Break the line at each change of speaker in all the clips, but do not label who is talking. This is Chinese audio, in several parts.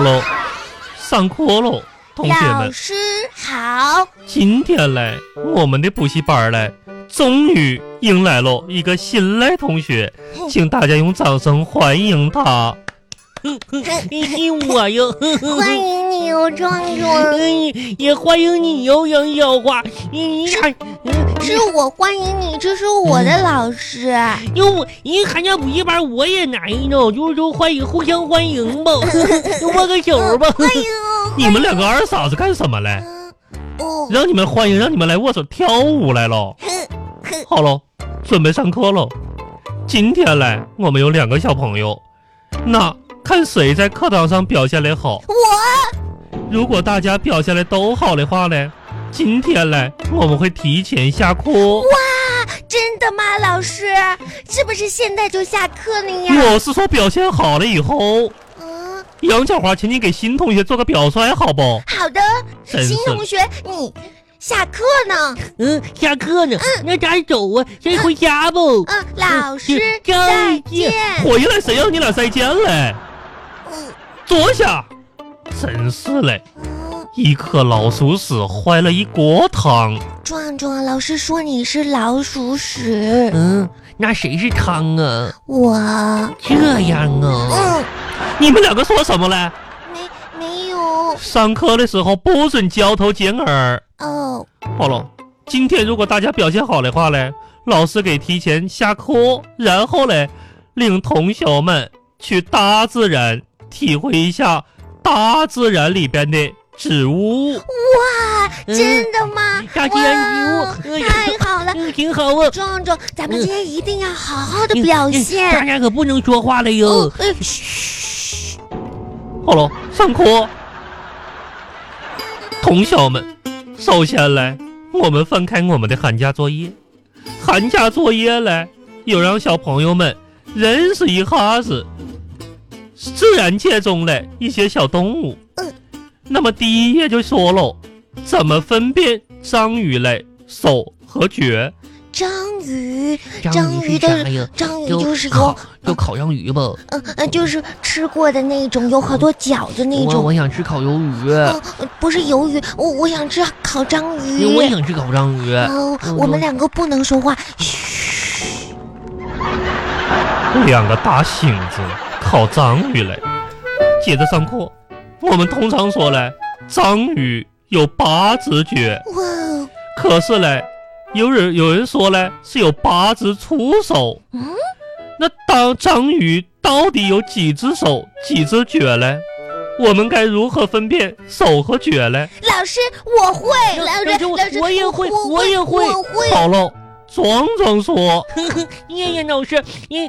喽，上课喽，同学
老
们！
师好，
今天嘞，我们的补习班嘞，终于迎来了一个新来同学，请大家用掌声欢迎他。
哎我哟，
欢迎你哦，壮壮，
嗯，也欢迎你哟，杨小花。你嗯啥？
是我欢迎你，这是我的老师。哎
哟，我人寒假补习班我也来呢，就是说欢迎，互相 欢迎吧，握个手吧。
欢迎哦，
你们两个二傻子干什么嘞？
嗯哦，
让你们欢迎，让你们来握手跳舞来喽。
哼哼
好喽，准备上课喽。今天嘞，我们有两个小朋友，那看谁在课堂上表现的好。
我
如果大家表现的都好的话嘞，今天嘞我们会提前下课。
真的吗？老师，是不是现在就下课了呀？
我是说表现好了以后，
嗯，
杨小花，请你给新同学做个表率，好不？
好的，
真是
新同学，你下课呢？
嗯，下课呢，那咱走啊，先回家吧。
嗯，老师再
再
见
见。
回来谁让你俩再见嘞？
嗯
坐下。真是嘞，
嗯，
一颗老鼠屎坏了一锅汤。
壮壮，老师说你是老鼠屎，
嗯，那谁是汤啊？
我
这样啊？
嗯
你们两个说什么嘞？
没没有
上课的时候不准交头接耳。
哦，
好了，今天如果大家表现好的话嘞，老师给提前下课，哦然后嘞，领同学们去大自然体会一下大自然里边的植物。
真的吗？
嗯大自然植物哎呀
太好了，
嗯，挺好啊。
壮壮，咱们今天一定要好好的
嗯
表
嗯大
现。
家可不能说话了
哦
哟。，
哎
好了，上课。同学们，首先嘞，我们翻开我们的寒假作业。寒假作业嘞，有让小朋友们认识一下子自然界中嘞一些小动物。
嗯
那么第一页就说喽，怎么分辨章鱼嘞手和脚？
章鱼，
章鱼是哎
章鱼
啥呀？
章鱼
就
就是有
烤，，就烤章鱼吧。
嗯嗯，就是吃过的那种，有好多饺子那
我
种。
我想吃烤鱿鱼，
嗯，呃不是鱿鱼，我我想吃烤章
因为我也
鱼。
想吃烤章鱼。
哦
嗯，
我们
对
两个不能说话。
嗯
嘘，
两个大星子烤章鱼嘞。接着上课，我们通常说嘞，章鱼有八只脚，
哇哦，
可是嘞，有人有人说嘞是有八只触手。
嗯，
那当章鱼到底有几只手、几只脚嘞？我们该如何分辨手和脚嘞？
老师，我会，
老
老
老
师，
师我
老师，
我也会我也会
我会。
好了，壮壮说，
燕燕老师，你你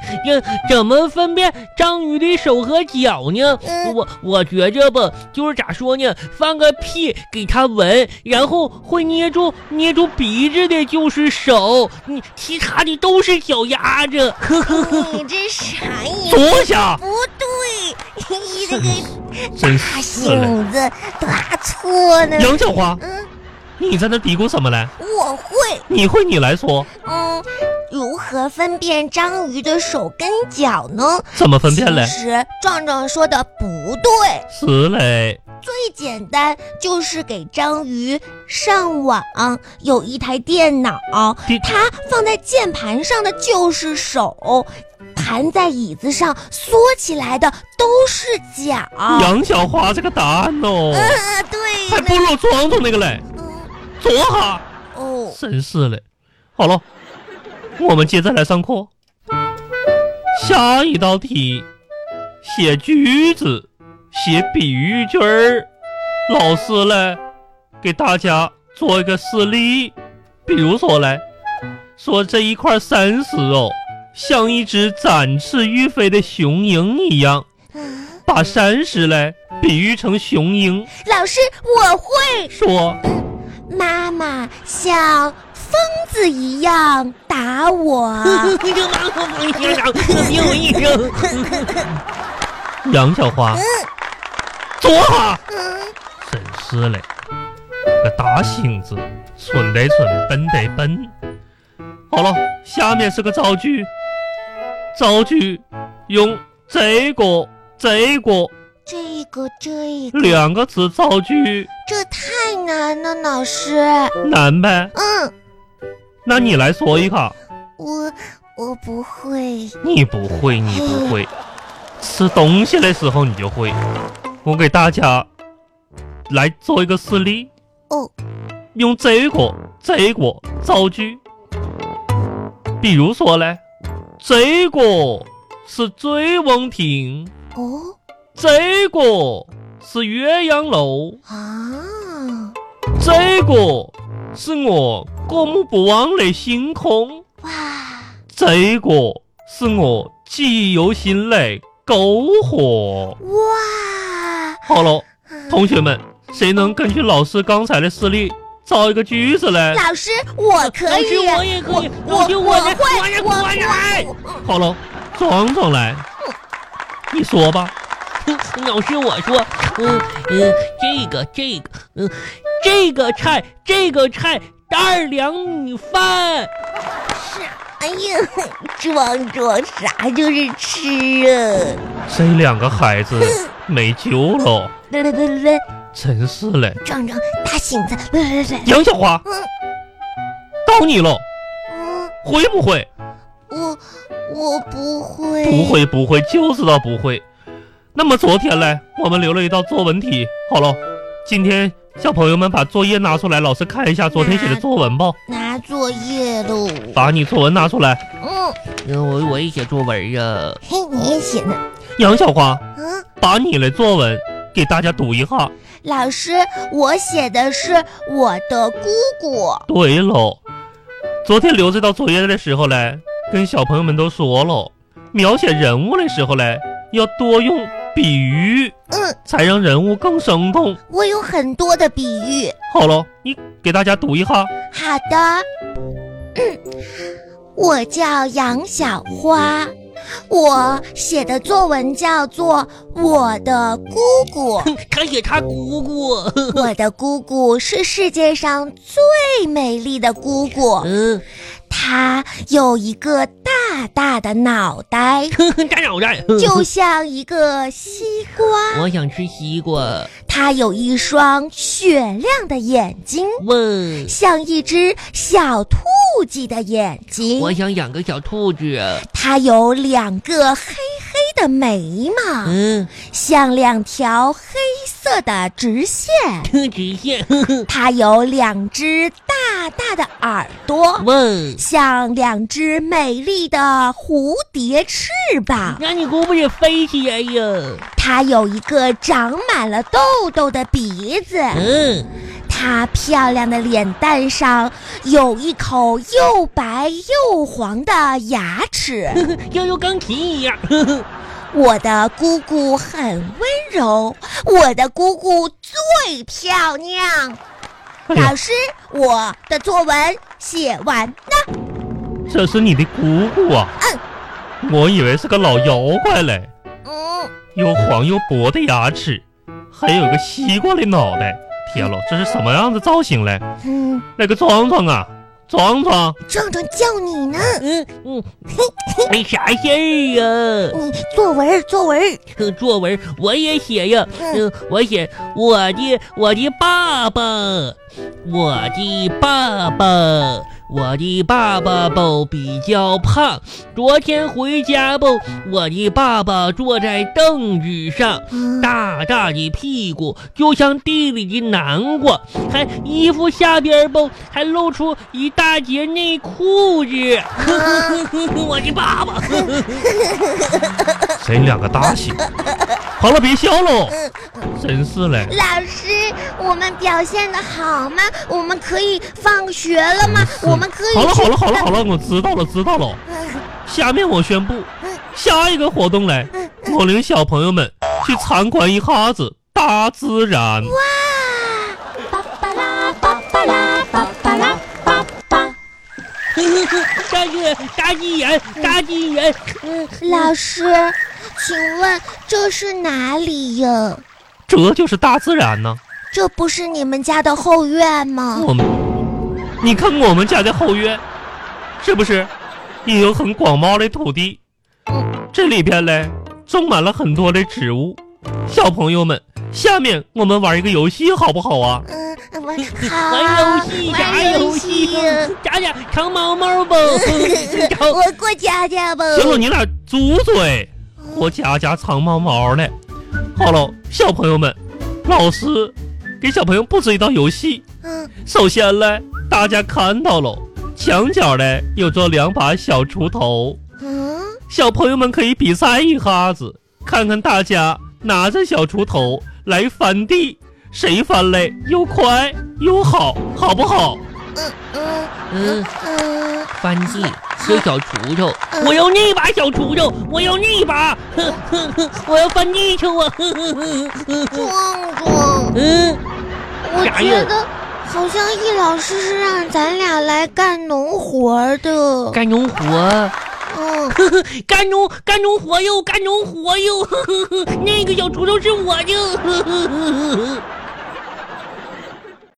怎么分辨章鱼的手和脚呢？
嗯
我我觉着吧，就是咋说呢，放个屁给它闻，然后会捏住捏住鼻子的就是手，你其他的都是脚丫 子。
你这啥呀？
坐下，
不对，你这个
真
大
是嘞。
性子答错了。
杨小花，
嗯，
你在那嘀咕什么嘞？
我会。
你会你来说，
嗯，如何分辨章鱼的手跟脚呢？
怎么分辨嘞
其？实壮壮说的不对，
是嘞，
最简单就是给章鱼上网，有一台电脑，
第
它放在键盘上的就是手，盘在椅子上缩起来的都是脚。
杨小花这个答案哦，
呃，对
还不
呢，
如庄总那个嘞。
嗯
坐下，
哦，
真是嘞。好了，我们接着来上课。下一道题，写句子，写比喻句儿。老师嘞，给大家做一个示例，比如说嘞，说这一块山石哦，像一只展翅欲飞的雄鹰一样。
嗯
把山石嘞比喻成雄鹰，
老师，我会。
说
妈妈像疯子一样打 我。
你这王口风学长，别我一声。
杨小花，坐下，
嗯，
真是嘞，个大星子，蠢得蠢，笨得笨。好了，下面是个造句，造句用这个、这个、
这个这个，
两个词造句
这太难了，老师。
难呗？
嗯，
那你来说一个，
我我不会。
你不会，你不会，吃东西的时候你就会。我给大家来做一个示例，
哦，
用这个这个造句。比如说呢，这个是醉翁亭，
哦
这个是岳阳楼。
啊！
这个是我过目不忘的星空，
哇，
这个是我记忆犹新的篝火。
哇，
好了，同学们，谁能根据老师刚才的示例造一个句子嘞？
老师，我可以，
哎老师我也可以，
我
老师哎我
会
来，我来，我来。
好了，壮壮来，你说吧，
老师，我说，嗯嗯，这个这个，嗯，这个菜这个菜大凉米饭，
哎呀，壮壮啥就是吃啊！
这两个孩子没救了，
来来来来，
真是嘞。
壮壮大醒子，来来来，
杨小花，到你了，
嗯，
会不会？
我我不会，
不，会不会，就知道不会。那么昨天嘞，我们留了一道作文题。好了，今天小朋友们把作业拿出来，老师看一下昨天写的作文吧。
拿作业喽。
把你作文拿出来。
嗯，
嗯，我我也写作文啊呀。
嘿，你也写呢？
杨小花，
嗯。
把你的作文给大家读一下。
老师，我写的是我的姑姑。
对喽，昨天留这道作业的时候嘞，跟小朋友们都说了，描写人物的时候嘞，要多用比喻，
嗯，
才让人物更生动。
我有很多的比喻。
好了，你给大家读一下。
好的，嗯，我叫杨小花，我写的作文叫做《我的姑姑》。
他写他姑姑，
我的姑姑是世界上最美丽的姑姑，
嗯，
她有一个大大的脑袋，
大脑袋。
就像一个西瓜。
嗯我想吃西瓜。
它有一双雪亮的眼睛，
问，
像一只小兔子的眼睛。
我想养个小兔子。啊
它有两个黑黑的眉 毛，
嗯，
像两条黑色的直线。
直线。
它有两只大大的耳朵，
问，
像两只美丽的蝴蝶翅膀。
那你姑姑也飞起来呀？
它有一个长满了痘痘的鼻子。
嗯，
她漂亮的脸蛋上有一口又白又黄的牙齿。
像用嗯钢琴一样。
我的姑姑很温柔，我的姑姑最漂亮。
哎呀
老师，我的作文写完了。
这是你的姑姑啊！我以为是个老妖怪嘞，
嗯，
又黄又薄的牙齿，还有个西瓜的脑袋。天喽，这是什么样的造型嘞？
嗯，
那个壮壮啊，壮壮，
壮壮叫你呢，
嗯嗯，没啥事儿 呀。
你嗯作文作文。
作文我也写呀，
嗯
嗯，我写我的我的爸爸，我的爸爸，我的爸爸不比较胖。昨天回家不，我的爸爸坐在凳子上，
嗯
大大的屁股就像地里的南瓜，还衣服下边不还露出一大截内裤子。嗯 我的爸爸，
这两个大喜。好了，别笑喽，
嗯
真是嘞。
老师，我们表现的好吗？我们可以放学了吗？我们可以
好了
去
嗯好了好了好了，我知道了知道了。下面我宣布，下一个活动嘞，我领小朋友们去参观一下子大自然。
巴巴拉巴巴拉巴巴拉巴巴。
大个大鸡眼，大鸡眼。嗯
老师，请问这是哪里呀？
这就是大自然呢、
这不是你们家的后院吗？
我们，你看我们家的后院，是不是也有很广袤的土地？这里边嘞种满了很多的植物，小朋友们，下面我们玩一个游戏好不好啊？
嗯，玩
玩
好
游戏，啥
玩
游
游
戏？
哎
咱俩藏猫猫不？然后
我过家家吧。
行了，你俩住嘴！我家家藏猫猫嘞。好了，小朋友们，老师给小朋友布置一道游戏。
嗯
首先嘞，大家看到了，墙角嘞有着两把小锄头，
嗯，
小朋友们可以比赛一下子，看看大家拿着小锄头来翻地，谁翻嘞又快又好，好不好？
嗯嗯
嗯，
嗯
翻 地，这小锄头，我要那把小锄头，我要那把，哼哼哼， 我要翻地去我，哼哼哼哼哼，
壮壮，
嗯，
我
啥
觉
呀
得好像易老师是让咱俩来干农活儿的。
干农活，
嗯，
呵呵，干农干农活哟，干农活哟，呵呵呵，那个小锄头是我的，呵呵呵呵呵。